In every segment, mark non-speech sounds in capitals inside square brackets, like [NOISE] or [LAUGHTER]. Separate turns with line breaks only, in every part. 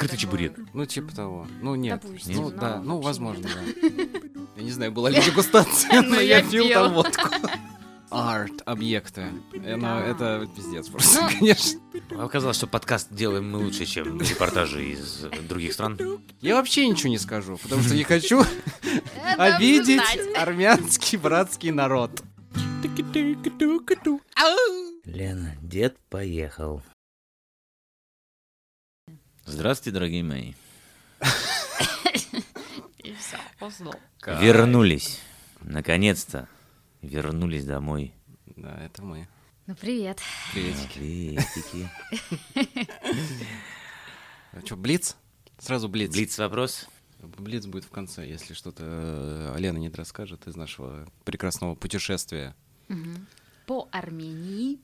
Крытый чебурек.
Ну, типа того. Ну, нет.
Допустим,
Ну,
ну,
да. Ну,
вообще
возможно,
нет.
да. Я не знаю, была ли
[LAUGHS]
дегустация, но
Но
я
Ну, я
пил
пела. [LAUGHS]
там водку. Арт, объекты. Э, ну,
Да.
Это пиздец просто, [LAUGHS]
Ну.
конечно.
Оказалось, что подкаст делаем мы лучше, чем репортажи из э, других стран.
Я вообще ничего не скажу, потому что
[LAUGHS]
не хочу
Это
обидеть
обсуждать.
армянский братский народ.
Лена, дед поехал.
Здравствуйте, дорогие мои.
И всё, уснул.
Вернулись. Наконец-то. Вернулись домой.
Да, это мы.
Ну, привет.
Приветики.
Приветики.
Че, А блиц? Сразу блиц.
Блиц вопрос.
Блиц будет в конце, если что-то э, Лена не расскажет из нашего прекрасного путешествия.
Мгм. По Армении.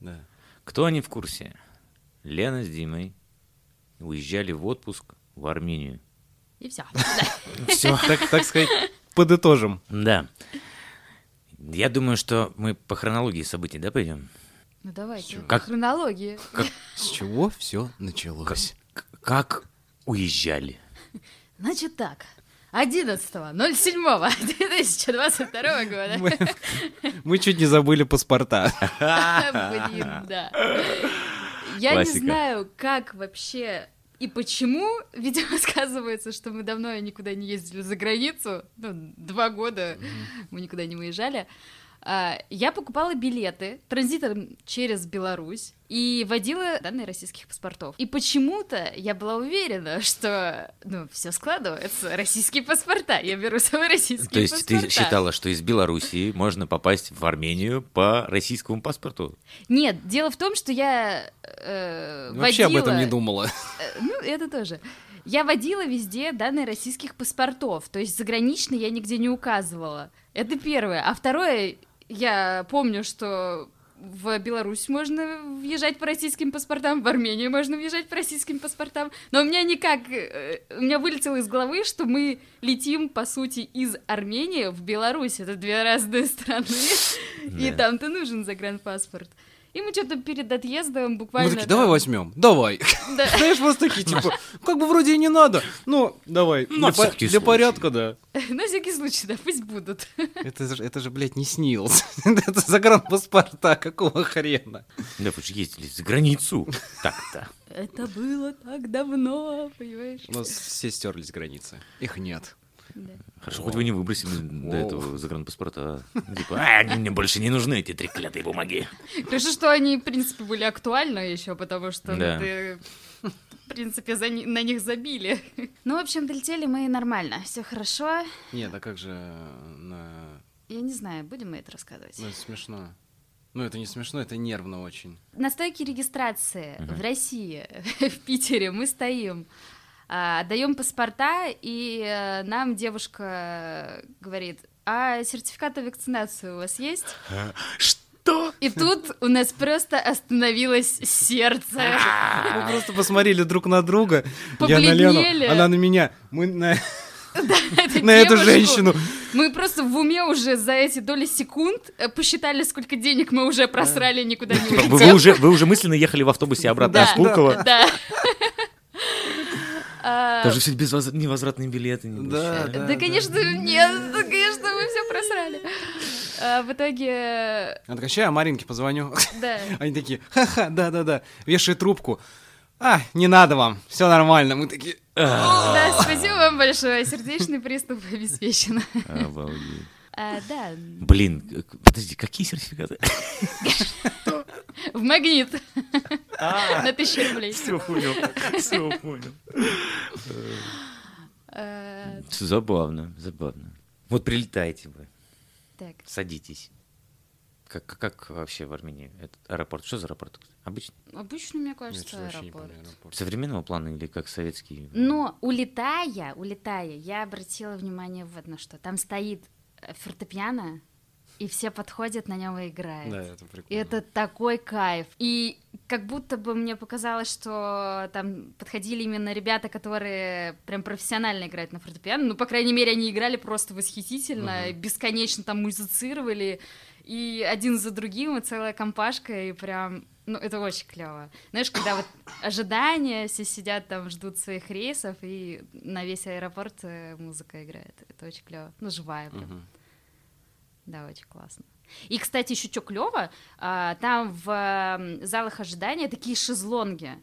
Да.
Кто не в курсе? Лена с Димой уезжали в отпуск в Армению.
И все.
Все. [LAUGHS] Так, так сказать, подытожим.
Да. Я думаю, что мы по хронологии событий, да, пойдем?
Ну, давайте.
Как-
Хронология.
С чего все началось?
Как уезжали?
Значит так. [LAUGHS] 11.07.2022 года.
Мы, мы чуть не забыли паспорта.
[LAUGHS] Блин, да. Я не
Классика.
знаю, как вообще и почему, [LAUGHS] видимо, сказывается, что мы давно никуда не ездили за границу. Ну, два года мы никуда не уезжали. А, Я покупала билеты транзитом через Беларусь и вводила данные российских паспортов. И почему-то я была уверена, [LAUGHS] что, ну, все складывается, российские паспорта. Я беру свои российские
То есть
паспорта.
ты считала, что из Белоруссии можно попасть в Армению по российскому паспорту?
Нет, дело в том, что я э,
Ну, Вообще об этом
водила-
не думала.
Э, Ну, это тоже. Я водила везде данные российских паспортов, то есть заграничные я нигде не указывала. Это первое. А второе, я помню, что в Беларусь можно въезжать по российским паспортам, в Армению можно въезжать по российским паспортам, но у меня никак, э, у меня вылетело из головы, что мы летим, по сути, из Армении в Беларусь, это две разные страны, и
Да.
там-то нужен загранпаспорт. И мы что-то перед отъездом
Мы
буквально...
Ну, такие, давай
там-
возьмем, давай.
Да.
[LAUGHS] Знаешь, просто такие, типа, как бы вроде и не надо, но давай,
На
для, по-
всякий
для
случай.
порядка, да.
[LAUGHS] На всякий случай, да, пусть будут.
Это же, это же, блядь, не снилось. [LAUGHS] Это загранпаспорта, какого хрена?
Да, потому что ездили за границу. Так-то.
Это было так давно, понимаешь?
У нас все стерлись границы. Их нет.
Да.
Хорошо, хоть вы не выбросили до
Воу.
этого загранпаспорта. Типа, а, они мне больше не нужны эти треклятые бумаги.
Хорошо, что они, в принципе, были актуальны еще, потому что ну,
Да.
ты, в принципе, за ни- на них забили. Ну, в общем, долетели мы нормально, все хорошо.
Нет, а как же на...
Я не знаю, будем мы это рассказывать.
Ну, это смешно. Ну, это не смешно, это нервно очень.
На стойке регистрации
Мгм.
в России, [LAUGHS] в Питере, мы стоим, а, отдаем паспорта, и э, нам девушка говорит, а сертификат о вакцинации у вас есть?
[LAUGHS] Что?
И тут у нас просто остановилось
[LAUGHS]
сердце.
Мы просто посмотрели друг на друга. Я на
Побледнели.
Лену, а. она на меня.
[LAUGHS]
Мы на,
этой
на эту
девушку.
женщину.
Мы просто в уме уже за эти доли секунд э, посчитали, сколько денег мы уже просрали, никуда не
Типа, Вы,
улетев.
вы уже, вы уже мысленно ехали в автобусе обратно
Да,
из Пулково? [LAUGHS]
Да. [LAUGHS] А,
Даже все без воз- невозвратные билеты. не
Да,
больше.
да.
Да, конечно, нет, да, конечно, мы все просрали. А, В итоге,
Она такая, ща я Маринке позвоню. [LAUGHS]
да.
Они такие, ха-ха, да-да-да, вешай трубку. А, не надо вам, все нормально. Мы такие,
Да, спасибо вам большое, сердечный приступ обеспечен.
Обалдеть.
А, Да,
Блин, к- подожди, какие сертификаты?
в магнит
А, [LAUGHS]
на тысячу рублей.
понял, все понял.
А,
Забавно, забавно. Вот прилетаете вы,
Так,
садитесь. Как, как вообще в Армении этот аэропорт? Что за аэропорт? Обычный?
обычно, мне
Я
кажется,
что-то вообще не
аэропорт.
помню аэропорт.
Современного плана или как советский?
Но улетая, улетая, я обратила внимание вот на что. Там стоит э, фортепиано, и все подходят на нем и играют.
Да, это прикольно.
И Это такой кайф. И как будто бы мне показалось, что там подходили именно ребята, которые прям профессионально играют на фортепиано. Ну, по крайней мере, они играли просто восхитительно,
Мгм.
и бесконечно там музицировали. И один за другим, и целая компашка, и прям... Ну, это очень клево. Знаешь, когда вот ожидания, все сидят там, ждут своих рейсов, и на весь аэропорт э, музыка играет. Это очень клево. Ну, живая прям.
Мгм.
Да, очень классно. И, кстати, еще что клево, а, там в м, залах ожидания такие шезлонги.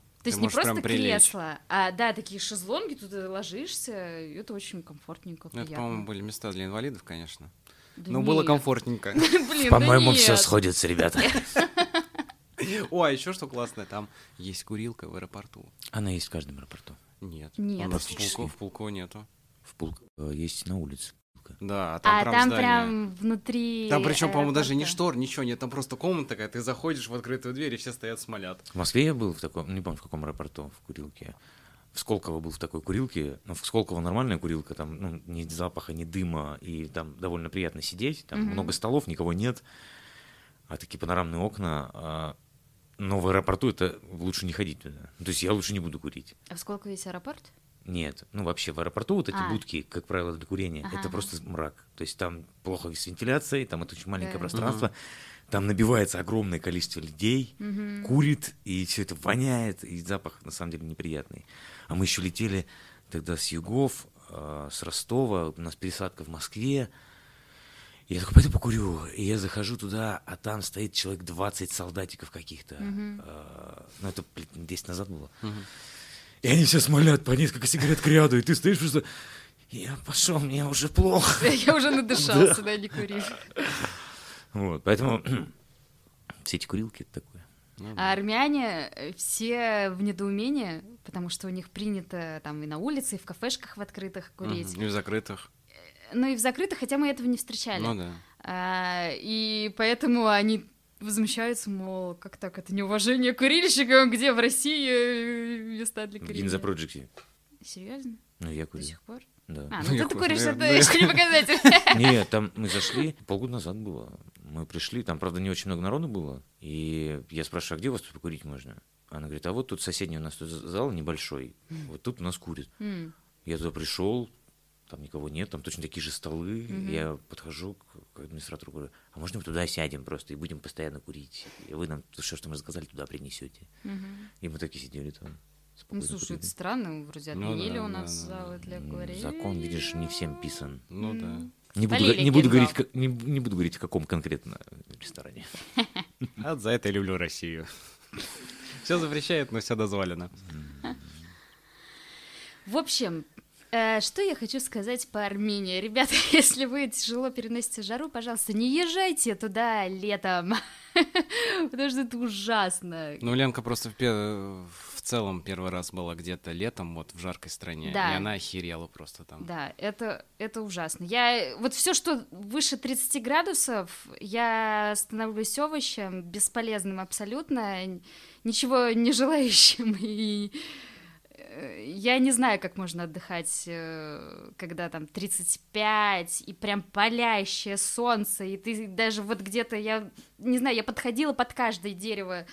То
Ты
есть не
можешь
просто
прям прилечь.
кресло, а да, такие шезлонги, тут ложишься, и это очень комфортненько,
Ну, это,
приятно.
по-моему, были места для инвалидов, конечно.
Да
Но было
нет.
комфортненько.
[LAUGHS] Блин, да
По-моему, все
нет.
сходится,
[LAUGHS]
ребята.
[LAUGHS] О, а еще что классное, там есть курилка в аэропорту.
Она есть в каждом аэропорту.
Нет.
Нет.
У нас в
Практически.
Пулково, в Пулково нету.
В пулк э, есть на улице.
Да, а там
А
прям
там
здание.
прям внутри
Там причем, по-моему, даже не
аэропорта.
штор, ничего нет, там просто комната такая, ты заходишь в открытую дверь, и все стоят, смолят.
В Москве я был в таком, не помню, в каком аэропорту, в курилке. В Сколково был в такой курилке. Ну, в Сколково нормальная курилка, там ну, ни запаха, ни дыма, и там довольно приятно сидеть. Там
Мгм.
много столов, никого нет. А такие панорамные окна. а, Но в аэропорту это лучше не ходить туда. Ну, То есть я лучше не буду курить.
А в сколько есть аэропорт?
Нет, ну вообще в аэропорту вот эти
А.
будки, как правило, для курения,
Ага,
это
ага.
просто мрак. То есть там плохо с вентиляцией, там это очень маленькое
Да.
пространство, там набивается огромное количество людей,
Мгм. [LAUGHS]
курит, и все это воняет, и запах на самом деле неприятный. А мы еще летели тогда с Югов, а, с Ростова, у нас пересадка в Москве. Я такой, пойду покурю. И я захожу туда, а там стоит человек 20 солдатиков каких-то.
Мгм.
А, Ну, это блин, 10 назад было. И они все смолят по несколько сигарет к ряду, и ты стоишь просто... Я пошел, мне уже плохо.
Я уже надышался, да, не
[LAUGHS]
курю.
Вот, поэтому [CLEARS THROAT] все эти курилки это такое.
Ну
А
да.
армяне э, все в недоумении, потому что у них принято там и на улице, и в кафешках в открытых курить.
Мгм. И в закрытых.
Ну и в закрытых, хотя мы этого не встречали.
Ну да.
А, и поэтому они возмущаются, мол, как так, это неуважение к курильщикам, где в России э, места для курения?
Гинза Project.
Серьезно?
Ну, я
До
курю,
сих пор?
да.
А,
Ну,
ну
я
ты, ты
курю,
куришь, это
наверное,
еще не показатель.
[LAUGHS]
Нет, там мы зашли, полгода назад было. Мы пришли, там, правда, не очень много народу было. И я спрашиваю, а где у вас тут покурить можно? Она говорит, а вот тут соседний у нас тут зал небольшой, вот тут у нас курит.
М,
Я туда пришел, там никого нет, там точно такие же столы. Я подхожу к, к администратору, говорю, а можно мы туда сядем просто и будем постоянно курить? И вы нам все, что мы заказали, туда принесете.
мгм.
И мы так и сидели там.
Ну,
спокойно
слушай,
курили.
это странно, вроде
Ну
отменили
да,
у
да,
нас
да,
залы для
М,
курения.
Закон, видишь, не всем писан.
Ну
М.
Не буду,
Спалили
га- не, буду
кинзал.
говорить, ка- не, бу- не буду говорить, в каком конкретно ресторане.
да. А за это я люблю [LAUGHS] Россию. Все запрещает, но все дозволено.
В общем, э, что я хочу сказать по Армении. Ребята, [LAUGHS] если вы тяжело переносите жару, пожалуйста, не езжайте туда летом, [LAUGHS] потому что это ужасно.
Ну, Ленка просто в, пе- в целом первый раз была где-то летом, вот в жаркой стране.
Да.
И она охерела просто там.
Да, это, это ужасно. Я вот все, что выше 30 градусов, я становлюсь овощем, бесполезным абсолютно, н- ничего не желающим. [LAUGHS] И э, я не знаю, как можно отдыхать, э, когда там 35, и прям палящее солнце, и ты даже вот где-то, я не знаю, я подходила под каждое дерево,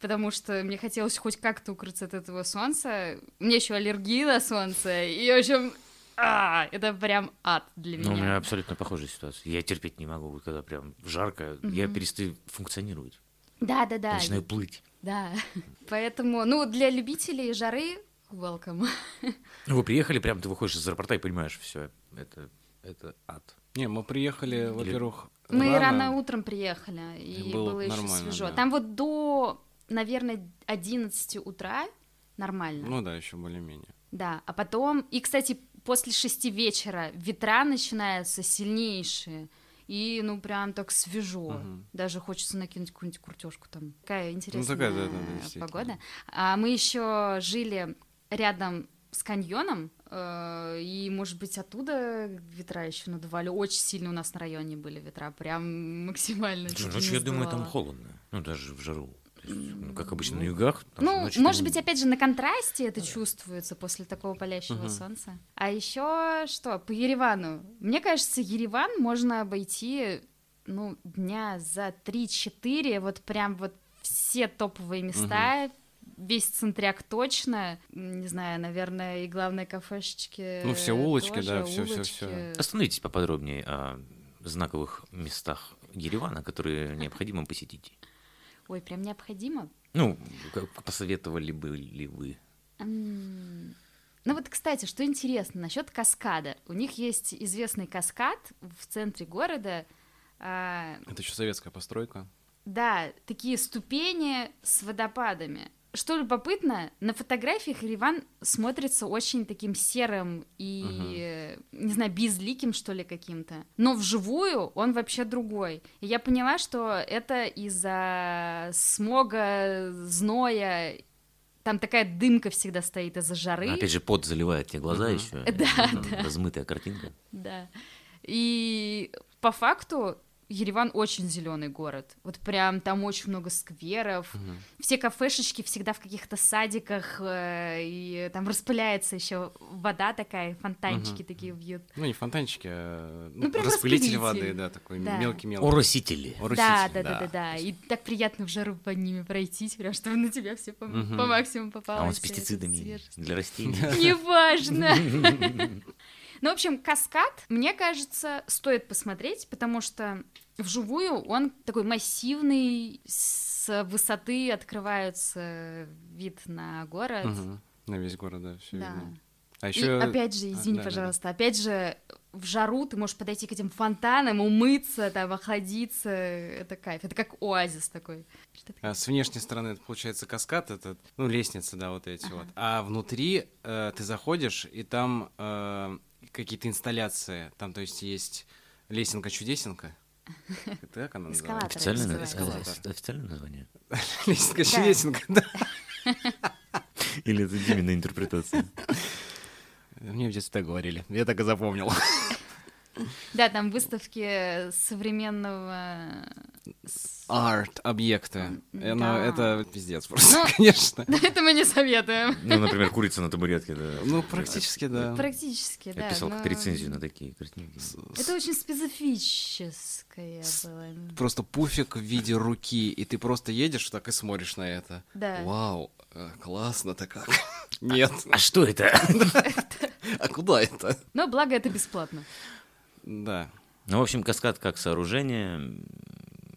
потому что мне хотелось хоть как-то укрыться от этого солнца. У меня еще аллергия на солнце, и, в общем, а, это прям ад для
Ну, у меня
меня.
абсолютно похожая ситуация. Я терпеть не могу, вот когда прям жарко, я перестаю функционировать. Я
Да-да-да,
начинаю плыть.
да. Поэтому, ну, для любителей жары, welcome.
Ну, вы приехали, прям ты выходишь из аэропорта и понимаешь, все, это, это ад.
Не, мы приехали, во-первых,
Мы рано утром приехали, и
И
было,
было
еще
нормально,
свежо.
да.
Там вот до, наверное, 11 утра нормально.
Ну да, еще более-менее.
Да, а потом... И, кстати, после шести вечера ветра начинаются сильнейшие. И, ну, прям так свежо.
Мгм. Ну,
Даже хочется накинуть какую-нибудь куртежку там. Такая интересная
такая, да, да, да, действительно.
погода. А мы еще жили рядом с каньоном, э, и, может быть, оттуда ветра еще надували. Очень сильно у нас на районе были ветра, прям максимально. чуть
Слушай,
ли
ну,
ночью,
не
я думаю, там
сдувало.
холодно. Ну, даже в жару. То есть, ну, как обычно, на югах. там
Ну,
ночью
может
там-
быть, опять же, на контрасте это чувствуется после такого палящего
Мгм.
солнца. А еще что, по Еревану. Мне кажется, Ереван можно обойти, ну, дня за 3-4, вот прям вот все топовые места, весь центряк точно, М, не знаю, наверное, и главные кафешечки
Ну, все улочки,
тоже,
да, всё, всё,
улочки.
всё.
Остановитесь поподробнее о знаковых местах Еревана, которые необходимо посетить.
Ой, прям необходимо.
Ну, как посоветовали бы ли вы?
М, Ну вот, кстати, что интересно насчет каскада. У них есть известный каскад в центре города. а,
Это еще советская постройка.
Да, такие ступени с водопадами. Что любопытно, на фотографиях Ереван смотрится очень таким серым и, не знаю, безликим, что ли, каким-то. Но вживую он вообще другой. И я поняла, что это из-за смога, зноя. Там такая дымка всегда стоит из-за жары.
А, Опять же, пот заливает тебе глаза
Мгм.
еще.
[LAUGHS] Да,
Размытая картинка.
Да. И по факту Ереван очень зеленый город. Вот прям там очень много скверов.
Мгм.
Все кафешечки всегда в каких-то садиках, э, и там распыляется еще вода такая, фонтанчики
Мгм.
такие бьют.
Ну, не фонтанчики, а ну,
Ну, прям
распылитель
распылитель.
воды, да, такой
Да.
мелкий-мелкий.
Оросители.
Ороситель,
Да, да, да, да, да. И так приятно в жару под ними пройтись, прям чтобы на тебя все по,
Мгм.
по максимуму попало.
А он с
вся эта
пестицидами
свежесть.
для растений.
[LAUGHS]
Неважно. Ну, в общем, каскад, мне кажется, стоит посмотреть, потому что вживую он такой массивный, с высоты открывается вид на город.
Мгм. На весь город, да, все
Да.
видно. А
И
еще...
опять же,
а,
извини,
да-да-да.
пожалуйста, опять же, в жару ты можешь подойти к этим фонтанам, умыться, там, охладиться. Это кайф. Это как оазис такой. Что это?
А с внешней стороны это получается каскад этот, ну лестница, да, вот эти
Ага.
вот. А внутри э, ты заходишь и там э, какие-то инсталляции, там то есть есть
[LAUGHS]
лесенка чудесенка. Это как она
Эскалатор.
называется?
Официальное на-
Эскалатор.
э, официальное название?
[LAUGHS] Лесенка чудесенка, [LAUGHS] да.
Или это Димина интерпретация?
Мне в детстве так говорили, я так и запомнил.
Да, там выставки
[LAUGHS]
современного... с-
Арт объекты.
М,
Э, ну,
да.
Это пиздец просто,
Ну,
конечно.
Это мы не советуем.
Ну, например, курица на табуретке. да.
Ну практически да.
Практически, да.
Я писал
но-
как-то рецензию на такие картинки.
С- с-
Это очень специфическое
С-
было.
Просто пуфик в виде руки, и ты просто едешь так и смотришь на это.
Да.
Вау, э, классно-то как. [LAUGHS] Нет,
А что это?
а куда это?
Но благо это бесплатно.
Да,
Ну, в общем, каскад как сооружение, м,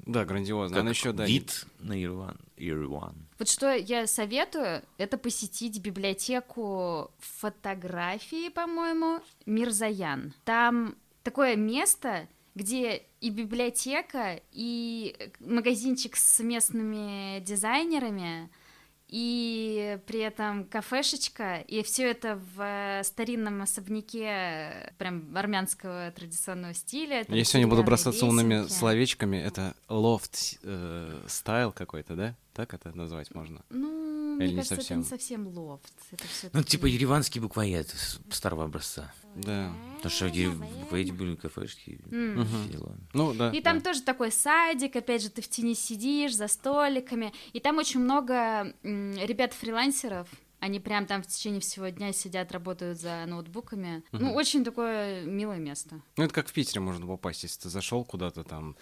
да, грандиозно.
как
Она еще, да,
вид на Ереван. Ереван.
Вот что я советую, это посетить библиотеку фотографии, по-моему, Мирзаян. Там такое место, где и библиотека, и магазинчик с местными дизайнерами, и при этом кафешечка, и все это в э, старинном особняке э, прям армянского традиционного стиля. там
Я сегодня буду
деревянные
бросаться умными
лесенки.
словечками. Это лофт э, стайл какой-то, да? Так это назвать можно?
Ну, мне
Или не
кажется, это
совсем?
не совсем лофт. Это
Ну,
всё-таки-
типа ереванский буквоед с- старого образца.
Да.
Потому что в Ере- в буквоеде были кафешки.
М.
все дела.
Ну, да.
И там
да.
тоже такой садик, опять же, ты в тени сидишь за столиками, и там очень много м, ребят-фрилансеров, они прям там в течение всего дня сидят, работают за ноутбуками. Ну, очень такое милое место.
Ну, это как в Питере можно попасть, если ты зашел куда-то там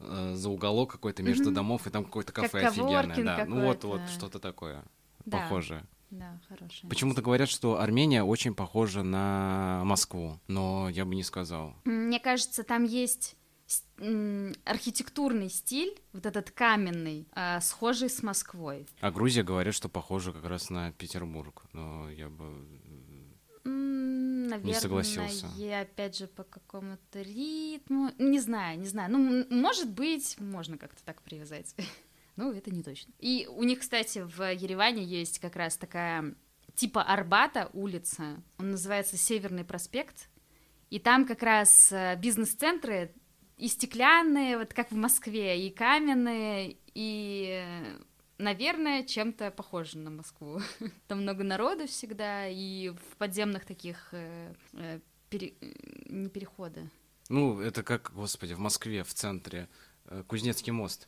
э, за уголок какой-то между домов, и там какое-то
Как
кафе офигенное.
коворкинг
Да, ну вот,
какой-то.
вот что-то такое
Да.
похожее.
Да, хорошее.
Почему-то говорят, что Армения очень похожа на Москву, но я бы не сказал.
М, Мне кажется, там есть с- м, архитектурный стиль, вот этот каменный, а, схожий с Москвой.
А Грузия говорят, что похожа как раз на Петербург, но я бы...
М, Наверное,
согласился.
опять же, по какому-то ритму. Не знаю, не знаю. Ну, м- может быть, можно как-то так привязать. [LAUGHS] Ну, это не точно. И у них, кстати, в Ереване есть как раз такая типа Арбата улица. Он называется Северный проспект. И там как раз э, бизнес-центры и стеклянные, вот как в Москве, и каменные, и, э, наверное, чем-то похоже на Москву. Там много народу всегда, и в подземных таких э, э, пере- э, не переходы.
Ну, это как, господи, в Москве, в центре, э, Кузнецкий мост,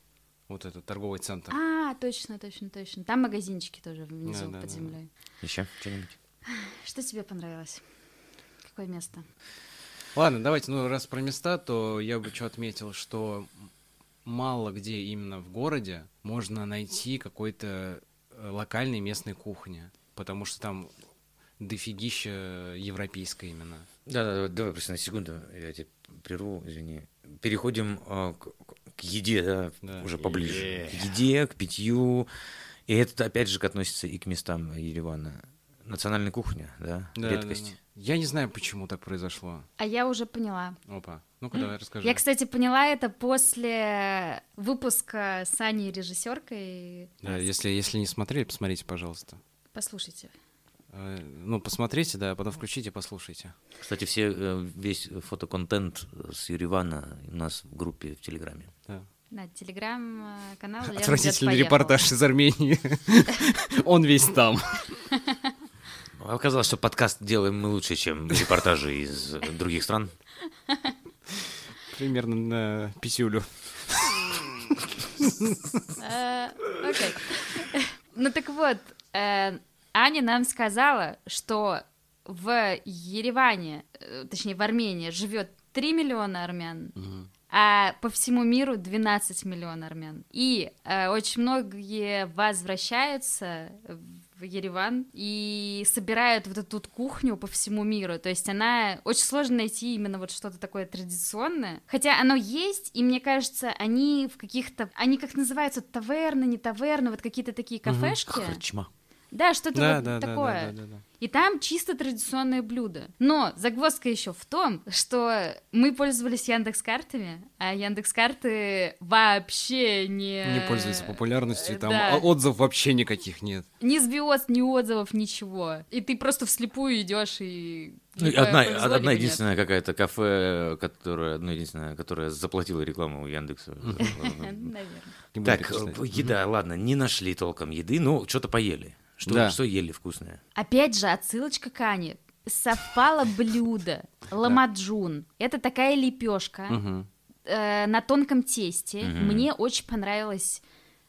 вот этот торговый центр.
А, точно, точно, точно. Там магазинчики тоже внизу
Да-да-да.
под землей.
Еще что-нибудь?
Что тебе понравилось? Какое место?
Ладно, давайте, ну, раз про места, то я бы что отметил, что мало где именно в городе можно найти какой-то э, локальной местной кухни, потому что там дофигища европейская именно.
Да, да, давай просто на секунду, я тебя прерву, извини. Переходим а, к, к- к к еде, да,
Да.
уже поближе.
Е.
К еде, к питью. И это, опять же, относится и к местам Еревана. Национальная кухня, да?
Да, да,
Редкость.
да. Я не знаю, почему так произошло.
А я уже поняла.
Опа. Ну-ка, давай расскажи.
Я, кстати, поняла это после выпуска с Аней режиссеркой.
Да, если, если не смотрели, посмотрите, пожалуйста.
Послушайте.
Э, Ну, посмотрите, да, потом включите, послушайте.
Кстати, все, э, весь фотоконтент с Еревана у нас в группе в Телеграме.
Да.
На э, телеграм-канал Лена
Отвратительный
Дед поехал.
репортаж из Армении. Он весь там.
Оказалось, что подкаст делаем мы лучше, чем репортажи из э, других стран.
Примерно на писюлю.
Э, окей. Ну так вот, э, Аня нам сказала, что в Ереване, э, точнее в Армении, живет 3 миллиона армян, а по всему миру 12 миллионов армян. И э, очень многие возвращаются в Ереван и собирают вот эту вот кухню по всему миру. То есть она очень сложно найти именно вот что-то такое традиционное. Хотя оно есть, и мне кажется, они в каких-то... Они как называются? Таверны, не таверны, вот какие-то такие кафешки.
Корчма.
Да, что-то
Да,
вот
да, да,
такое.
да, да, да.
И там чисто традиционные блюда. Но загвоздка еще в том, что мы пользовались Яндекс картами, а Яндекс карты вообще не
Не пользуется популярностью,
э,
там
да.
а, отзывов вообще никаких нет.
ни сбиос, ни отзывов, ничего. И ты просто вслепую идешь и никакое
Ну, одна,
Ну, повезло, либо
одна
нет.
единственная какая-то кафе, которая, одно единственное, которая заплатила рекламу
[LAUGHS]
у Яндекса.
Э, Наверное.
Не буду
Так,
перечислять.
э, еда, ладно, не нашли толком еды, но что-то поели. Что,
Да.
что ели вкусное?
Опять же, отсылочка к Ане. Совпало блюдо. Ламаджун. Это такая лепешка.
Мгм,
э, на тонком тесте.
Мгм.
Мне очень понравилось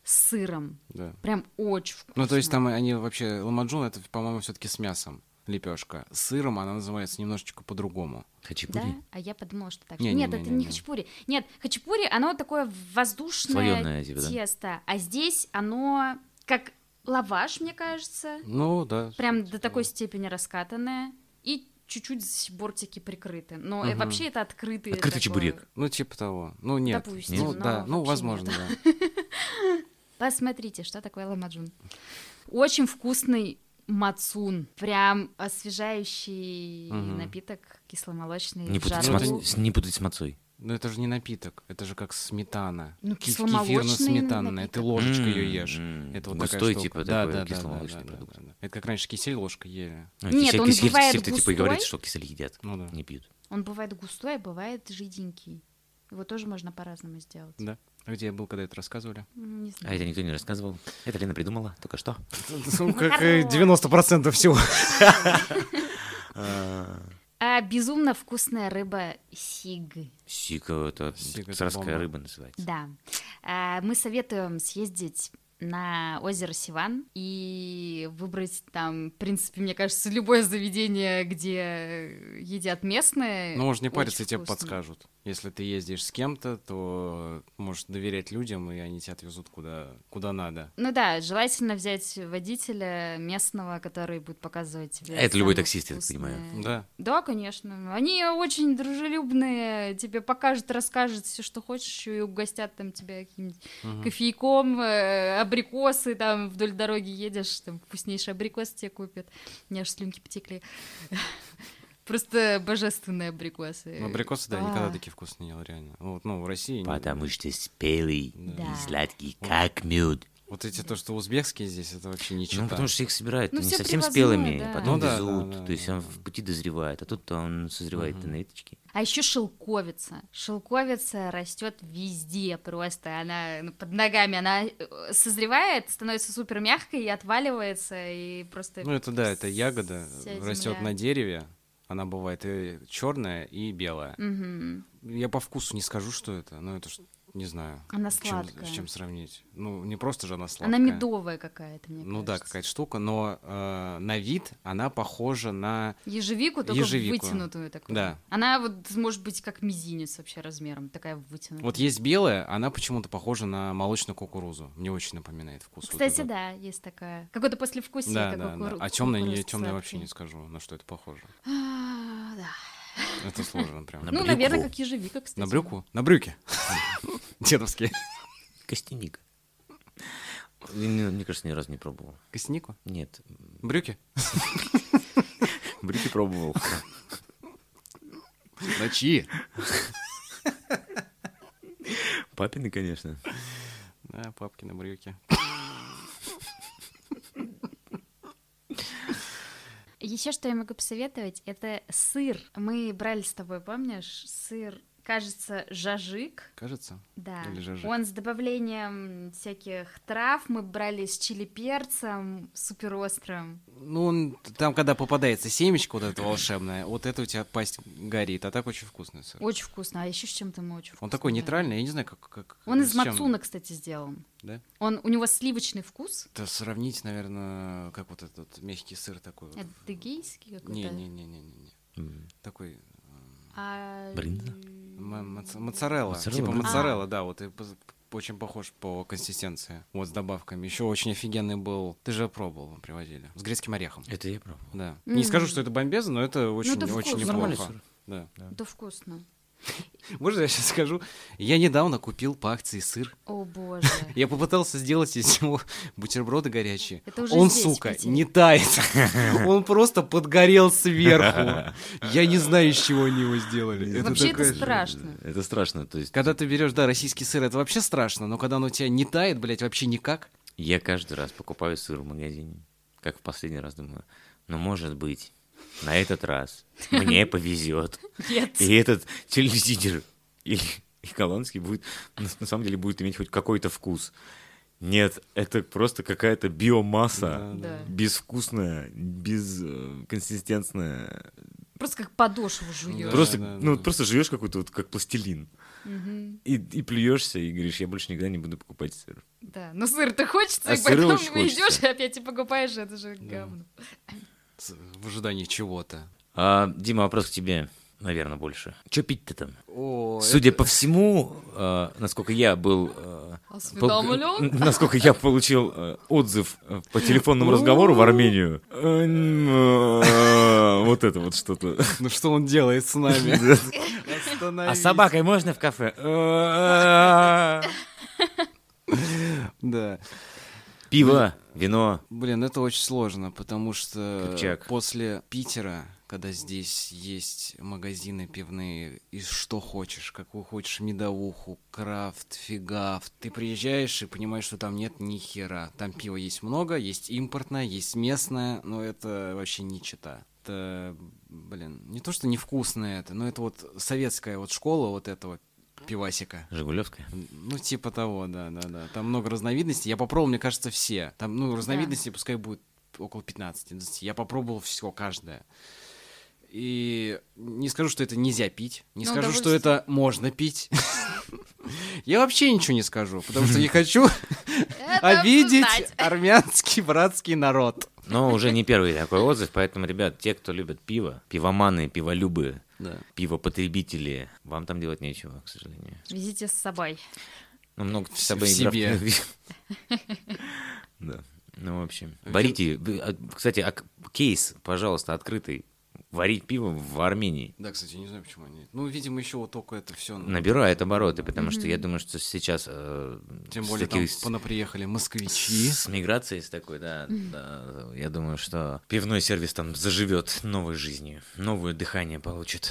с сыром.
да.
Прям очень вкусно.
Ну, то есть там они вообще... Ламаджун, это, по-моему, все-таки с мясом лепешка. С сыром она называется немножечко по-другому.
Хачапури?
Да? А я подумала, что так.
Не-не-не-не-не.
Нет, это не хачапури. Нет, хачапури, оно такое воздушное
Слоёное типа, да?
тесто. А здесь оно как лаваш, мне кажется.
Ну, да.
Прям до такой степени раскатанное. И чуть-чуть бортики прикрыты. Но э,
Мгм.
вообще это открытый...
Открытый
такой-
чебурек.
Ну, типа того. Ну, нет.
Допустим,
ну,
но
да. Ну,
вообще
возможно,
нет.
да.
Посмотрите, что такое ламаджун. Очень вкусный мацун, прям освежающий
Мгм.
напиток кисломолочный.
Не
в
путать, с
жару.
Жару.
мац- с- не путать с мацой.
Но это же не напиток, это же как сметана.
Ну,
Ки-
кисломолочный
Кефирно-сметанная, ты
напиток.
ложечкой ее
М,
ешь.
м,
Это вот такая
густой,
штука.
М-м-м. типа,
да,
такой
да, да, да,
кисломолочный
да,
продукт.
да, да. Это как раньше кисель ложкой ели.
Ну,
Нет,
кисель-
он
кисель-
бывает
кисель-то, типа и говорит,
густой.
что кисель едят,
Ну да.
не пьют.
Он бывает густой, а бывает жиденький. Его тоже можно по-разному сделать.
Да. А где я был, когда это рассказывали?
М, Не
А
знаю.
это никто не рассказывал. Это Лена придумала только что.
[LAUGHS] Ну, как э, 90% всего.
А безумно вкусная рыба сиг.
Сика, э, это
Сика, это
царская
бомба.
рыба называется.
Да. А, Мы советуем съездить на озеро Сиван и выбрать там, в принципе, мне кажется, любое заведение, где едят местные.
Ну, можно не
Очень
париться, тебе
вкусно.
подскажут. Если ты ездишь с кем-то, то можешь доверять людям, и они тебя отвезут куда, куда надо.
Ну да, желательно взять водителя местного, который будет показывать тебе.
Это любой
самые
таксист, я так
вкусные-
понимаю.
Да.
Да, конечно. Они очень дружелюбные, тебе покажут, расскажут все, что хочешь, и угостят там тебя каким-нибудь
Мгм.
кофейком, э, абрикосы там вдоль дороги едешь, там вкуснейший абрикос тебе купят. У меня аж слюнки потекли. [LAUGHS] Просто божественные абрикосы.
Ну, абрикосы, да, я никогда
А.
такие вкусные не ел, реально. Вот, ну, в России... не-
Потому что спелый
Да.
и сладкий, как мед.
Вот эти то, что узбекские здесь, это вообще ничего.
Ну, потому что их собирают
Ну,
не
всё
совсем
привозное,
спелыми,
да.
потом
Ну да,
везут,
да, да,
то есть
да,
он
да.
в пути дозревает, а тут он созревает на веточке.
А еще шелковица. Шелковица растет везде просто. Она ну, под ногами, она э, созревает, становится супер мягкой и отваливается, и просто...
Ну, это да, это ягода
вся
растет
земля.
на дереве. Она бывает и черная, и белая.
Мгм.
Я по вкусу не скажу, что это, но это ж- не знаю.
Она
с чем-
сладкая.
С чем сравнить? Ну, не просто же она сладкая.
Она медовая какая-то, мне
Ну да,
кажется.
какая-то штука, но э, на вид она похожа на...
Ежевику, только
Ежевику.
вытянутую такую.
Да.
Она вот может быть как мизинец вообще размером, такая вытянутая.
Вот есть белая, она почему-то похожа на молочную кукурузу. Мне очень напоминает вкус. вот
Кстати,
этот.
да, есть такая. Какой-то послевкусие,
Да,
как
да, да.
кукуру-
А темная, не,
кукуруза
темная
сладкая.
вообще не скажу, на что это похоже.
А, да.
Это сложно прям.
На
ну,
брюкву.
наверное, как ежевика, кстати.
На брюку? На брюки. [LAUGHS] Дедовские.
Костяник. Мне, ну, мне кажется, ни разу не пробовал.
Костянику?
Нет.
Брюки?
Брюки пробовал.
На чьи?
[LAUGHS] Папины, конечно.
Да, папки на брюки.
Еще что я могу посоветовать, это сыр. Мы брали с тобой, помнишь, сыр, кажется, жажик.
Кажется?
Да.
Или жажик.
Он с добавлением всяких трав. Мы брали с чили перцем, супер острым.
Ну, он, там, когда попадается семечко вот это волшебное, вот это у тебя пасть горит, а так очень вкусный сыр.
Очень вкусно. А еще с чем-то мы очень вкусно
Он такой
брали.
нейтральный, я не знаю, как... как
Он из
с чем.
мацуна, кстати, сделан.
Да?
Он, у него сливочный вкус,
Это сравнить, наверное, как вот этот вот мягкий сыр такой. вот.
адыгейский какой-то.
Не-не-не-не-не.
М.
Такой
А...
Брынза?
м- моц- моцарелла.
Моцарелла,
Типа
да.
моцарелла, да, вот и поз- очень похож по консистенции. Вот с добавками. Еще очень офигенный был. Ты же пробовал, привозили. С грецким орехом.
Это я пробовал.
Да.
М. Ну,
Не скажу, что это бомбеза, но это очень,
это
очень
вкусно.
неплохо.
Нормальный сыр.
Да.
Да вкусно.
Можно я сейчас скажу? Я недавно купил по акции сыр.
О боже.
[LAUGHS] Я попытался сделать из него бутерброды горячие.
Это уже
Он,
здесь, в
сука,
Питере.
не тает. [LAUGHS] Он просто подгорел сверху. Я не знаю, из чего они его сделали. Это
Вообще это
такая-
страшно.
Это страшно. То есть
Когда ты берешь, да, российский сыр, это вообще страшно, но когда он у тебя не тает, блядь, вообще никак.
я каждый раз покупаю сыр в магазине, как в последний раз думаю. Но может быть, на этот раз мне повезет.
Нет.
И этот телевизидер или и голландский будет, на на самом деле, будет иметь хоть какой-то вкус. Нет, это просто какая-то биомасса.
Да.
Безвкусная, э, безконсистентная.
Просто как подошву жует.
Да,
просто,
да,
ну,
да.
вот просто жуешь какой-то вот как пластилин. И, и плюешься, и говоришь, я больше никогда не буду покупать сыр.
Да, Ну, но сыр-то хочется,
А
и
сыра
потом
очень
идешь и
хочется.
опять и покупаешь, это же
Да.
говно.
С- В ожидании чего-то.
А, Дима, вопрос к тебе, наверное, больше. Че пить-то там?
О,
Судя по всему, э, насколько я был... э,
А Осведомлен?
пол- [LAUGHS] Насколько я получил э, отзыв э, по телефонному разговору в Армению. Э, м, э, Вот это вот что-то.
ну что он делает с нами?
А с
Остановись.
А собакой можно в кафе? Э,
Да.
Пиво, вино.
Блин, это очень сложно, потому что
Крепчак.
после Питера, когда здесь есть магазины пивные, и что хочешь, какую хочешь медовуху, крафт, фигафт, ты приезжаешь и понимаешь, что там нет ни хера. Там пива есть много, есть импортное, есть местное, но это вообще не чита. Это, блин, не то, что невкусное это, но это вот советская вот школа вот этого пивасика.
Жигулевская.
Ну, типа того, да, да, да. Там много разновидностей. Я попробовал, мне кажется, все. Там, ну, разновидностей пускай будет около 15-20. Я попробовал все, каждое. И не скажу, что это нельзя пить. Не
Ну,
скажу, что
довольно-
это можно пить. [LAUGHS] Я вообще ничего не скажу, потому что не хочу
[LAUGHS]
А
Это
обидеть
обсуждать. [LAUGHS]
армянский братский народ.
Но уже не первый такой отзыв, поэтому, ребят, те, кто любит пиво, пивоманы, пиволюбы, пивопотребители, вам там делать нечего, к сожалению.
Везите с собой.
Ну, много
В
с собой
себе.
игроков. [LAUGHS] Да. Ну, в общем. Варите. вы, а, Кстати, а к- кейс, пожалуйста, открытый. Варить пиво в Армении.
Да, кстати, не знаю, почему они... Ну, видимо, еще вот только это ну, все...
Набирает обороты, потому что я думаю, что сейчас э,
Тем
с
более там
таких- с-
понаприехали москвичи.
с миграцией с такой, да, да, я думаю, что пивной сервис там заживет новой жизнью, новое дыхание получит.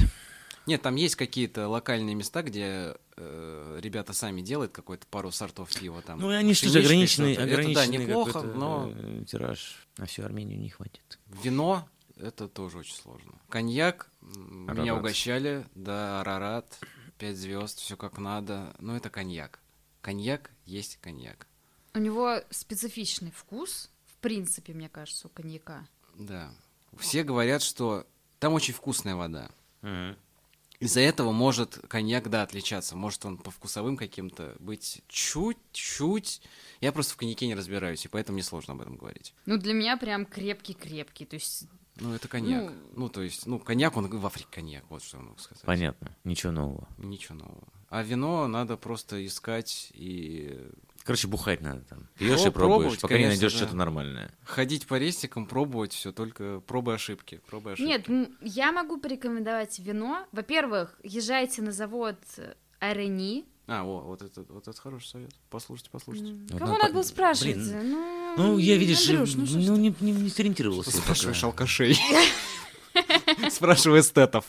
Нет, там есть какие-то локальные места, где э, ребята сами делают какой-то пару сортов пива там.
Ну, и они что-то
пшеничный,
ограниченный,
что-то. Это, да,
ограниченный
неплохо,
какой-то,
но
э, тираж на всю Армению не хватит.
вино это тоже очень сложно. Коньяк м, меня
Арарат.
угощали, да, Арарат, пять звезд, все как надо, но это коньяк. Коньяк есть коньяк.
У него специфичный вкус, в принципе, мне кажется, у коньяка.
Да. Все говорят, что там очень вкусная вода. Из-за этого может коньяк, да, отличаться. Может он по вкусовым каким-то быть чуть-чуть. Я просто в коньяке не разбираюсь, и поэтому мне сложно об этом говорить.
Ну, для меня прям крепкий-крепкий. То есть,
Ну, это
Ну-
коньяк. Ну, то есть, ну, коньяк, он в Африке коньяк, вот что я могу сказать.
Понятно, ничего нового.
Ничего нового. А вино надо просто искать и
Короче, бухать надо там. Пьешь и
Про-
пробуешь,
пробовать,
пока не
конечно,
найдешь
да.
что-то нормальное.
Ходить по рестикам, пробовать все, только пробы ошибки. Пробы ошибки.
Нет, м, я могу порекомендовать вино. Во-первых, езжайте на завод э, Арени.
А, о, вот это, вот это хороший совет. Послушайте, послушайте.
Вот
Кого
надо
надо было
по-
спрашивать?
блин,
Ну,
Ну, я, видишь, э,
Андрюш, ну что ж
ну,
ты?
не, не- не сориентировался.
Спрашиваешь [LAUGHS]
пока.
алкашей. Спрашивай эстетов.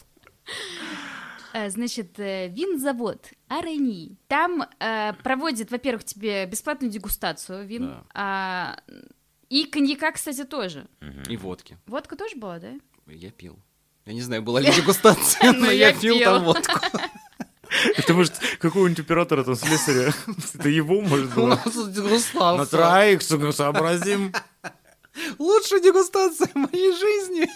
Э, Значит, э, винзавод Арени. Там э, проводят, во-первых, тебе бесплатную дегустацию вин.
Да.
а, и коньяка, кстати, тоже.
И водки.
Водка тоже была, да?
Я пил. Я не знаю,
[LAUGHS]
была ли дегустация, но
Но Ну,
я
я
пил
пила.
там водку.
Это может какого-нибудь оператора там слесаря? [LAUGHS] Это его,
[LAUGHS]
может,
У нас тут дегустация.
На троих, сука, ну, сообразим.
Лучшая дегустация в моей жизни.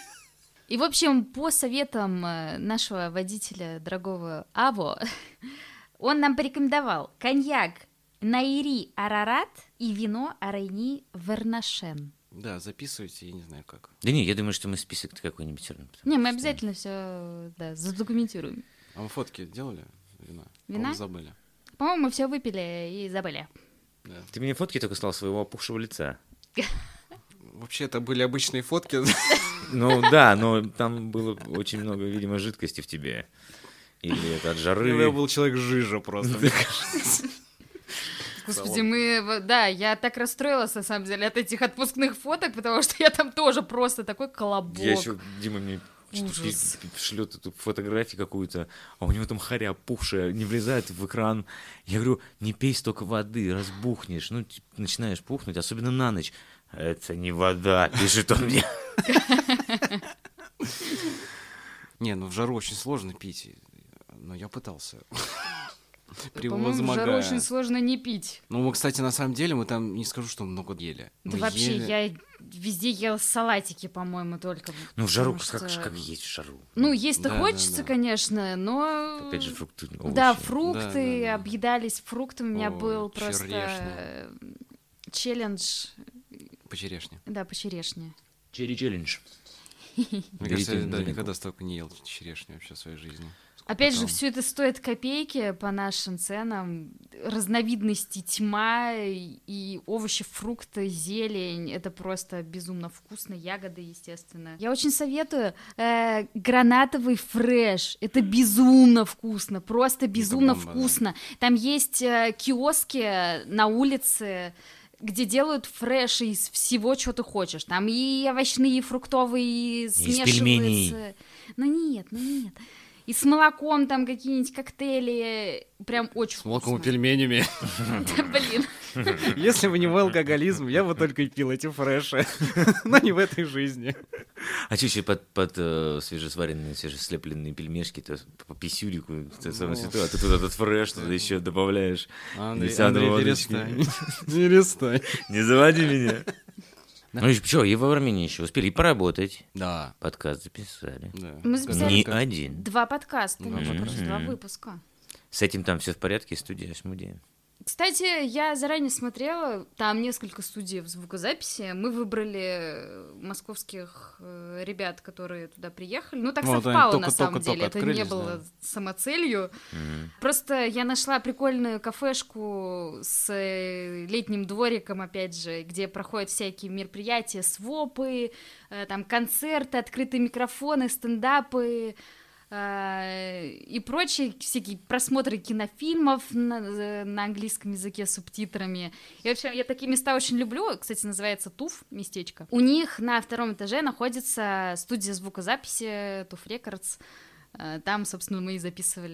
И, в общем, по советам э, нашего водителя, дорогого Аво, [LAUGHS] он нам порекомендовал коньяк Наири Арарат и вино Арени Вернашен.
Да, записывайте, я не знаю как.
Да не, я думаю, что мы список какой-нибудь всё равно
Не, мы
составим.
обязательно все да, задокументируем.
А вы фотки делали? Вина?
Вина?
По-моему, забыли.
По-моему, мы все выпили и забыли.
Да.
Ты мне фотки только слал своего опухшего лица.
Вообще, это были обычные фотки.
Ну да, но там было очень много, видимо, жидкости в тебе. Или это
[LAUGHS]
от
Я
жары.
был человек жижа просто. мне кажется.
Господи, мы... в- Да, я так расстроилась, на самом деле, от этих отпускных фоток, потому что я там тоже просто такой колобок.
Я еще, Дима мне
Ужас.
шлет эту фотографию какую-то, а у него там харя пухшая, не влезает в экран. Я говорю, не пей столько воды, разбухнешь. Ну, ти- начинаешь пухнуть, особенно на ночь. Это не вода, пишет он мне.
Не, ну в жару очень сложно пить, но я
[LAUGHS]
пытался.
По-моему, в жару
Превозмогая.
очень сложно не пить.
Ну, мы, кстати, на самом деле, мы там не скажу, что много ели.
Ну,
Да
Мы
вообще,
ели-
я везде ела салатики, по-моему, только.
Ну, в жару,
потому
как,
что-
как есть в жару.
Ну, есть-то
Да, да,
хочется,
да.
конечно, но...
Опять же, фрукты, овощи.
Да,
Да,
фрукты,
да, да.
объедались фруктами. У меня
Ой,
был просто
черешня.
э, челлендж,
по черешне.
да, по черешне.
Черри челлендж.
Мне кажется, я
Длительный
да,
день
никогда столько не ел черешни вообще в своей жизни. Сколько
Опять же,
там.
все это стоит копейки по нашим ценам. Разновидности тьма и овощи, фрукты, зелень. Это просто безумно вкусно. Ягоды, естественно. Я очень советую э, гранатовый фреш. Это безумно вкусно. Просто безумно
бомба, да.
вкусно. Там есть э, киоски на улице где делают фреш из всего, что ты хочешь. Там и овощные, и фруктовые, и
пельменей.
смешиваются. Ну нет, ну нет. И с молоком там какие-нибудь коктейли. Прям очень
С молоком и
вкусно.
пельменями.
[LAUGHS] Да, блин.
Если бы не мой [LAUGHS] алкоголизм, я бы только и пил эти фреши. [LAUGHS] Но не в этой жизни.
А что еще под, под э, свежесваренные, свежеслепленные пельмешки, то есть по писюрику, это самое
Ну,
святое, а ты тут этот фреш туда еще добавляешь.
А, Андрей,
Десятого
Андрей,
водочки.
перестань. [LAUGHS] Перестань.
Не заводи меня. [LAUGHS] Ну и что, и в Армении еще успели и поработать.
Да.
Подкаст записали.
да.
Мы записали-
Не один.
Два подкаста,
Два
между
подкаста.
прочим, два
Мгм.
выпуска.
С этим там все в порядке, студия Шмудея.
Кстати, я заранее смотрела, там несколько студий в звукозаписи. Мы выбрали э, московских э, ребят, которые туда приехали. Ну, так
Вот они
совпало
только-
на самом
только-
деле.
только
Это не
открылись,
было
да.
самоцелью. Просто я нашла прикольную кафешку с э, летним двориком, опять же, где проходят всякие мероприятия, свопы, э, там концерты, открытые микрофоны, стендапы э, и прочие всякие просмотры кинофильмов на, э, на английском языке с субтитрами. И вообще, я такие места очень люблю. Кстати, называется Туф местечко. У них на втором этаже находится студия звукозаписи Туф Рекордс. Э, Там, собственно, мы и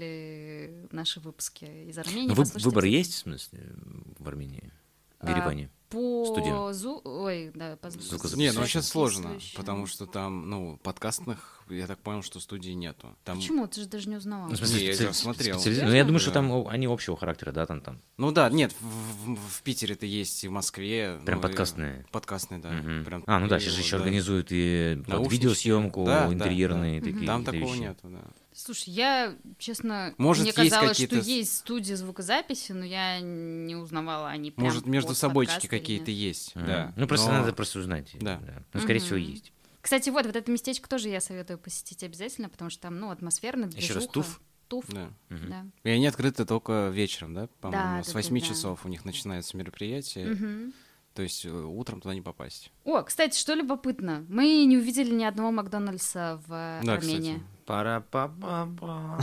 записывали наши выпуски из Армении.
Ну, вы-
Послушайте
выбор
обязательно.
есть, в смысле, в Армении? В
А,
Ереване?
По
Студия.
зу... Ой, да, по
Звукозаписи.
Не, ну вообще
Записывающие.
сложно, потому что там, ну, подкастных, я так понял, что студии нету. Там,
Почему? Ты же даже не узнавал.
Ну, в смысле,
Не, я
специ-
это смотрел.
специализ- Ну, я думаю, что
Да.
там о- они общего характера, да, там, там.
Ну да, нет, в, в- в Питере-то есть, и в Москве.
Прям
ну, и-
подкастные.
Подкастные, да.
Мгм.
прям
а, ну да,
такие
сейчас же
вот,
еще
да.
организуют и под
Наушнички.
видеосъемку
Да, да,
интерьерные
да.
такие.
Там
какие-то
такого
вещи.
нету, да.
Слушай, я, честно,
Может,
мне
есть
казалось, что
какие-то с-
есть студия звукозаписи, но я не узнавала, они прям
Может, между
под
собойчики
подкаст или
какие-то
нет.
есть.
Мгм.
Да.
Ну, просто
Но-
надо просто узнать.
Да.
Ну, скорее всего,
Мгм.
есть.
Кстати, вот, вот это местечко тоже я советую посетить обязательно, потому что там, ну, атмосферно,
Еще раз,
движуха.
Туф?
туф.
Да.
Мгм.
Да.
И они открыты только вечером, да? По-моему,
Да,
с
да,
8
да, да.
часов у них начинается мероприятие.
Мгм.
То есть э, утром туда не попасть.
О, кстати, что любопытно, мы не увидели ни одного Макдональдса в э,
Да,
Армении.
кстати.
пара па па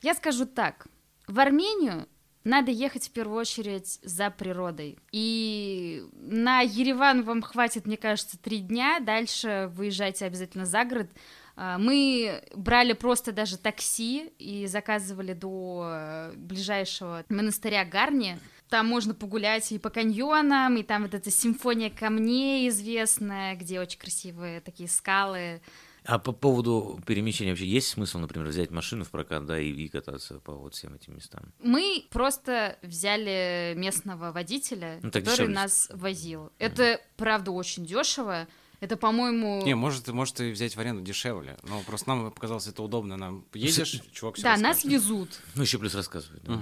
Я скажу так. В Армению надо ехать в первую очередь за природой. И на Ереван вам хватит, мне кажется, три дня. Дальше выезжайте обязательно за город. А, Мы брали просто даже такси и заказывали до э, ближайшего монастыря Гарни. Там можно погулять и по каньонам, и там вот эта симфония камней известная, где очень красивые такие скалы.
А по поводу перемещения вообще есть смысл, например, взять машину в прокат, да, и, и кататься по вот всем этим местам?
Мы просто взяли местного водителя,
Ну, так
который
дешевле.
нас возил. Это правда очень дешево. Это, по-моему,
Не, может, может и взять в аренду дешевле. Но просто нам показалось это удобно. Нам
[LAUGHS]
едешь, чувак все
да, нас везут.
Ну, еще плюс рассказывают. да.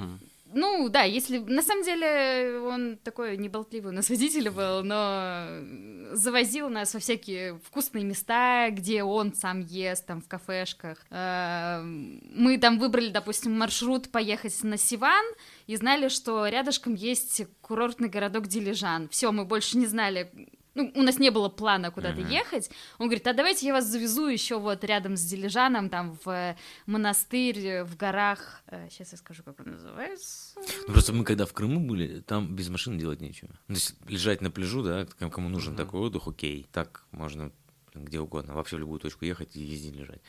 Ну да, если на самом деле он такой неболтливый у нас [LAUGHS] водитель был, но завозил нас во всякие вкусные места, где он сам ест, там в кафешках. Эм, Мы там выбрали, допустим, маршрут поехать на Сиван и знали, что рядышком есть курортный городок Дилижан. Все, мы больше не знали. Ну, у нас не было плана куда-то
Мгм.
ехать. Он говорит, а давайте я вас завезу еще вот рядом с Дилижаном, там в э, монастырь э, в горах. Сейчас я скажу, как он называется.
Ну, просто мы когда в Крыму были, там без машины делать нечего. Ну, То есть лежать на пляжу, да, к- кому нужен
Мгм.
такой отдых, окей, так можно где угодно, вообще в любую точку ехать и ездить лежать.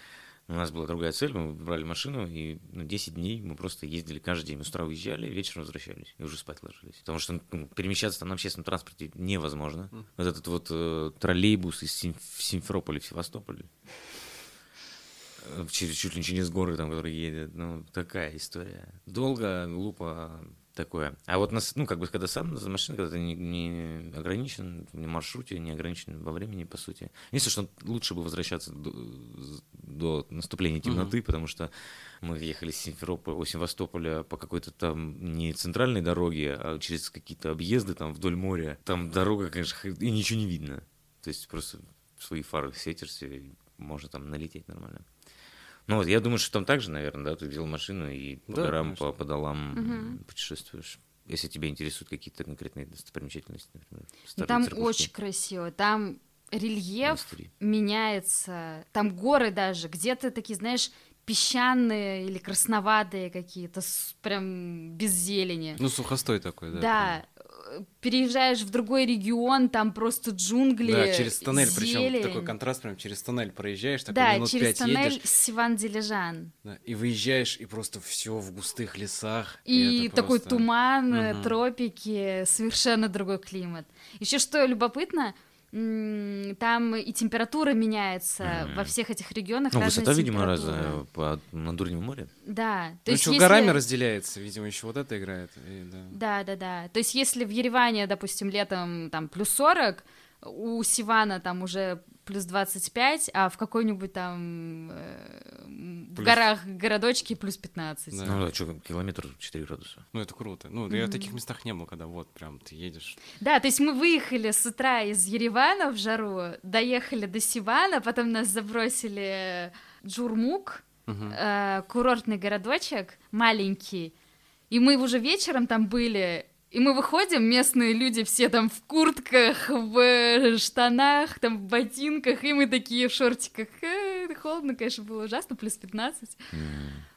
Но У нас была другая цель, мы брали машину, и ну, 10 дней мы просто ездили каждый день. Мы с утра уезжали, вечером возвращались и уже спать ложились. Потому что ну, перемещаться там на общественном транспорте невозможно.
Мгм.
Вот этот вот э, троллейбус из Сим- Симферополя в Севастополь, э, через, чуть ли не через горы, там, который едет. Ну, такая история. Долго, глупо, такое. А вот, нас, ну, как бы, когда сам за машиной, когда ты не, не ограничен в маршруте, не ограничен во времени, по сути. Единственное, что лучше бы возвращаться до, до наступления темноты, потому что мы ехали с Симферополя, о, Севастополя по какой-то там не центральной дороге, а через какие-то объезды там вдоль моря. Там дорога, конечно, х- и ничего не видно. То есть просто свои фары сетишься, и можно там налететь нормально. Ну вот, я думаю, что там также, наверное, да, ты взял машину и по
Да,
горам,
конечно.
по, по долам
Мгм.
путешествуешь. Если тебя интересуют какие-то конкретные достопримечательности, например.
Ну,
старые
Там
церквушки,
очень красиво, там рельеф
монастыри.
меняется, там горы даже, где-то такие, знаешь, песчаные или красноватые какие-то, с- прям без зелени.
Ну, сухостой такой, да.
Да, э, переезжаешь в другой регион, там просто джунгли,
Да, через тоннель, причем
зелень.
такой контраст, прям через тоннель проезжаешь, такой
Да,
минут
через
пять
тоннель
едешь,
Сиван-Дилижан.
да, и выезжаешь, и просто все в густых лесах.
И
это
такой
просто-
туман, э,
Мгм.
тропики, совершенно другой климат. Еще что любопытно, м, там и температура меняется
Мгм.
во всех этих регионах.
Ну,
разная
высота, видимо,
температура.
разная по Надурнему морю.
Да. То
Ну,
есть
еще
если-
горами разделяется, видимо, еще вот это играет. и да.
Да, да, да. То есть если в Ереване, допустим, летом там плюс 40, у Сивана там уже плюс 25, а в какой-нибудь там э, м, в
Плюс-
горах городочке плюс 15.
Да.
Ну да, что, километр 4 градуса.
Ну, это круто. Ну, да я в таких местах не был, когда вот прям ты едешь.
Да, то есть мы выехали с утра из Еревана в жару, доехали до Сивана, потом нас забросили Джурмук,
Мгм.
э, курортный городочек, маленький, и мы уже вечером там были, и мы выходим, местные люди все там в куртках, в э, штанах, там в ботинках, и мы такие в шортиках. Э, холодно, конечно, было ужасно, плюс 15.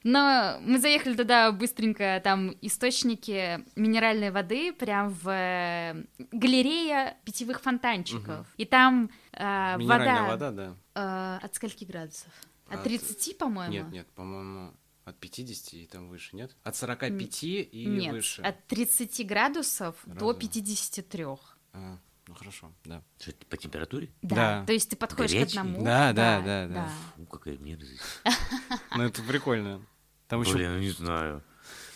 Но мы заехали туда быстренько, там источники минеральной воды, прям в э, галерея питьевых фонтанчиков. И там э,
Минеральная
вода,
вода, да.
э, от скольки градусов? От
От-
30, по-моему?
Нет, нет, по-моему, от 50 и там выше, нет? От 45 и
Нет,
выше.
от 30 градусов до
Раза.
53.
А, ну, хорошо, да.
Что, по температуре?
Да.
Да.
То есть ты подходишь
Горячий?
к одному.
Да, да, да, да.
Фу, какая мерзость.
А.
Ну, это прикольно. Там еще
Блин, ну не знаю.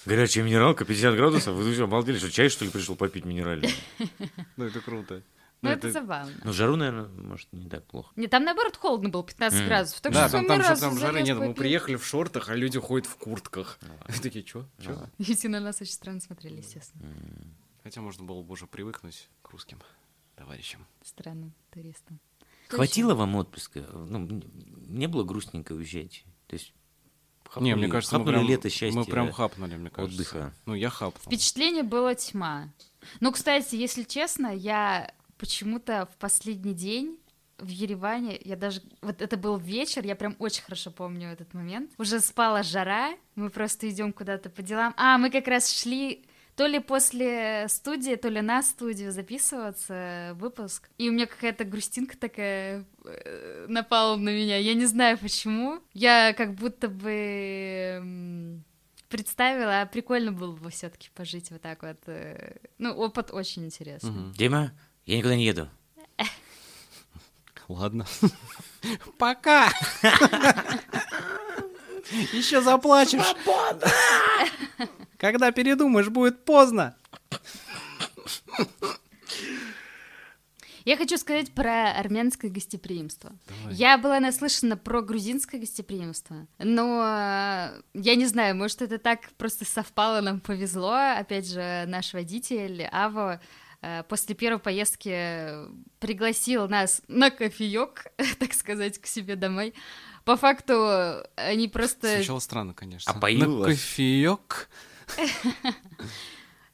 Горячая минералка, 50 градусов. Вы что, обалдели, что чай, что ли, пришел
[LAUGHS]
попить минеральный?
[LAUGHS] Ну, это круто.
Ну,
Ну,
это, забавно.
Ну, в жару, наверное, может, не так плохо.
Не, там наоборот холодно было, 15
М.
градусов. Так
Да,
что
там,
мы
там, же-
раз
там жары
залез
нет, мы
попить. [LAUGHS]
приехали в шортах, а люди ходят в куртках. [LAUGHS] Такие, чё? Чё?
И все на нас очень странно смотрели, естественно.
Хотя можно было бы уже привыкнуть к русским товарищам.
Странным туристам.
Хватило вам отпуска? Ну, м- не было грустненько уезжать? То есть, Хапнули,
не, мне кажется, мы
хапнули
прям,
лето счастья.
мы прям хапнули, мне кажется.
отдыха.
Ну, я хапнул.
Впечатление было тьма. Ну, кстати, если честно, я почему-то в последний день в Ереване, я даже, вот это был вечер, я прям очень хорошо помню этот момент. Уже спала жара, мы просто идем куда-то по делам. А, мы как раз шли то ли после студии, то ли на студию записываться выпуск. И у меня какая-то грустинка такая э, напала на меня. Я не знаю почему. Я как будто бы м, представила, а прикольно было бы все-таки пожить вот так вот. э. Ну, опыт очень интересный.
Мгм.
Дима, я никуда не еду.
Ладно. [LAUGHS] Пока! [LAUGHS] Еще заплачешь. Когда передумаешь, будет поздно.
Я хочу сказать про армянское гостеприимство. Я была наслышана про грузинское гостеприимство, но э, я не знаю, может, это так просто совпало, нам повезло. Опять же, наш водитель Ава э, после первой поездки пригласил нас на кофеек, [LAUGHS] так сказать, к себе домой. По факту э, они просто... А
Сначала странно,
А
конечно.
Опоил
На
вас.
кофеек.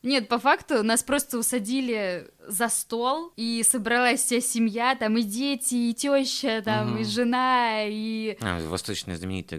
Нет, по факту нас просто усадили за стол, и собралась вся семья, там и дети, и теща, там,
Мгм.
и жена, и
А, восточное знаменитое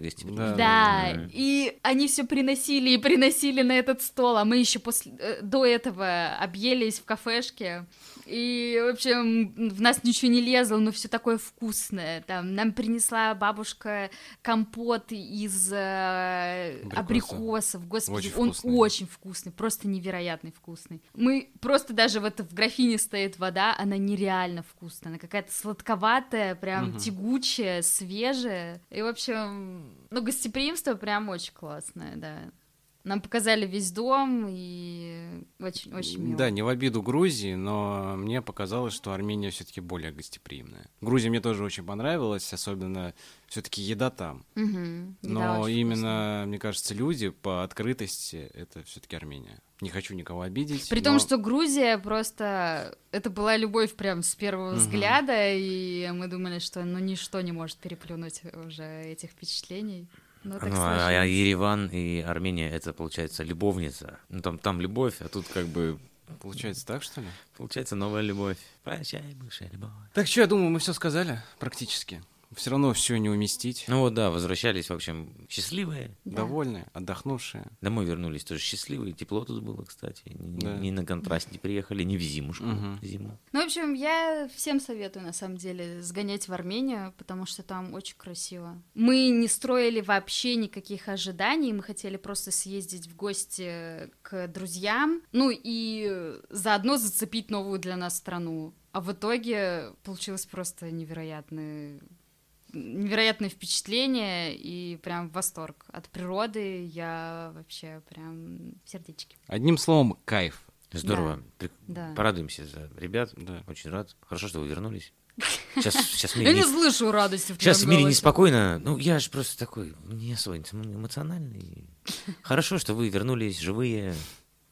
Да,
гостеприимство.
Да,
Мгм.
и они все приносили и приносили на этот стол, а мы еще после э, до этого объелись в кафешке. И, в общем, в нас ничего не лезло, но все такое вкусное. Там нам принесла бабушка компот из э,
Абрикоса.
абрикосов. Господи,
Очень
он
вкусный.
очень вкусный, просто невероятный вкусный. Мы просто даже вот в графине стоит вода, она нереально вкусная. Она какая-то сладковатая, прям
Мгм.
тягучая, свежая. И, в общем, ну, гостеприимство прям очень классное, да. Нам показали весь дом, и очень-очень мило.
Да, не в обиду Грузии, но мне показалось, что Армения все-таки более гостеприимная. Грузия мне тоже очень понравилась, особенно все-таки еда там.
Мгм. Да,
Но
очень вкусно.
именно, мне кажется, люди по открытости это все-таки Армения. Не хочу никого обидеть.
При том,
но-
что Грузия просто... Это была любовь прям с первого
Мгм.
взгляда, и мы думали, что ну ничто не может переплюнуть уже этих впечатлений. Но так
Ну, а- а
сложилось.
Ереван и Армения это получается любовница. Ну там там любовь, а тут как бы
Получается так, что ли?
получается новая любовь. Прощай, бывшая любовь.
Так что, я думаю, мы все сказали практически. Все равно все не уместить.
Ну вот да, возвращались, в общем, счастливые.
Да.
Довольные, отдохнувшие.
Домой вернулись тоже счастливые. Тепло тут было, кстати. Не,
Да.
не на контрасте приехали, не в зимушку.
Мгм.
в Зиму.
Ну, в общем, я всем советую, на самом деле, сгонять в Армению, потому что там очень красиво. Мы не строили вообще никаких ожиданий, мы хотели просто съездить в гости к друзьям, ну и заодно зацепить новую для нас страну. А в итоге получилось просто невероятное, невероятное впечатление и прям восторг от природы. Я вообще прям в сердечке.
Одним словом, кайф.
Здорово. Прик-
Да.
Порадуемся за ребят.
Да.
Очень рад. Хорошо, что
[LAUGHS]
вы вернулись. Сейчас, сейчас
Я не слышу радости в
Сейчас в
твоём
мире
голосе.
неспокойно. Ну, я же просто такой, не особо
[LAUGHS]
эмо- эмоциональный. Хорошо, что вы вернулись живые,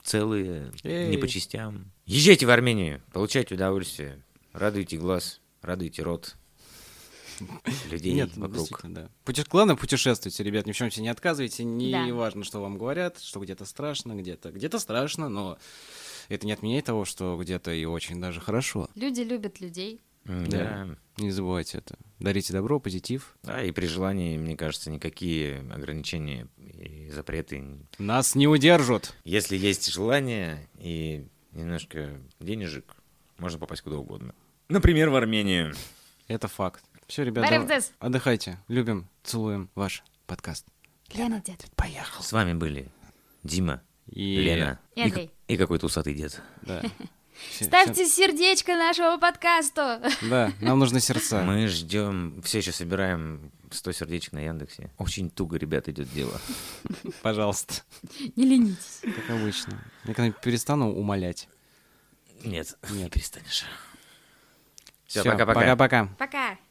целые, не
Эй.
по частям. Езжайте в Армению, получайте удовольствие, радуйте глаз, радуйте рот. Людей
Нет, ну,
вокруг.
действительно, да. Путеш- Главное, путешествуйте, ребят, ни в чем себе не отказывайте. Не
Да.
важно, что вам говорят, что где-то страшно, где-то где-то страшно, но это не отменяет того, что где-то и очень даже хорошо.
Люди любят людей.
Да.
Да. Не забывайте это. Дарите добро, позитив.
Да, и при желании, мне кажется, никакие ограничения и запреты. не-
Нас не удержат.
Если есть желание и немножко денежек, можно попасть куда угодно. Например, в Армению.
Это факт. Все, ребят,
Барев
дав-
дес.
отдыхайте. Любим, целуем ваш подкаст.
Лена, дед.
Поехал.
С вами были Дима,
И...
Лена
И
и,
Андрей.
и какой-то усатый дед.
Да. Все-
Ставьте сердечко нашего подкасту. [LAUGHS]
всем- Да, нам нужны сердца.
Мы ждем, все еще собираем 100 сердечек на Яндексе. Очень туго, ребят, идет дело.
Пожалуйста.
Не ленитесь.
Как обычно. Я когда-нибудь перестану умолять.
Нет,
Нет.
не перестанешь. Все,
Всё,
пока-пока.
Пока-пока.
Пока.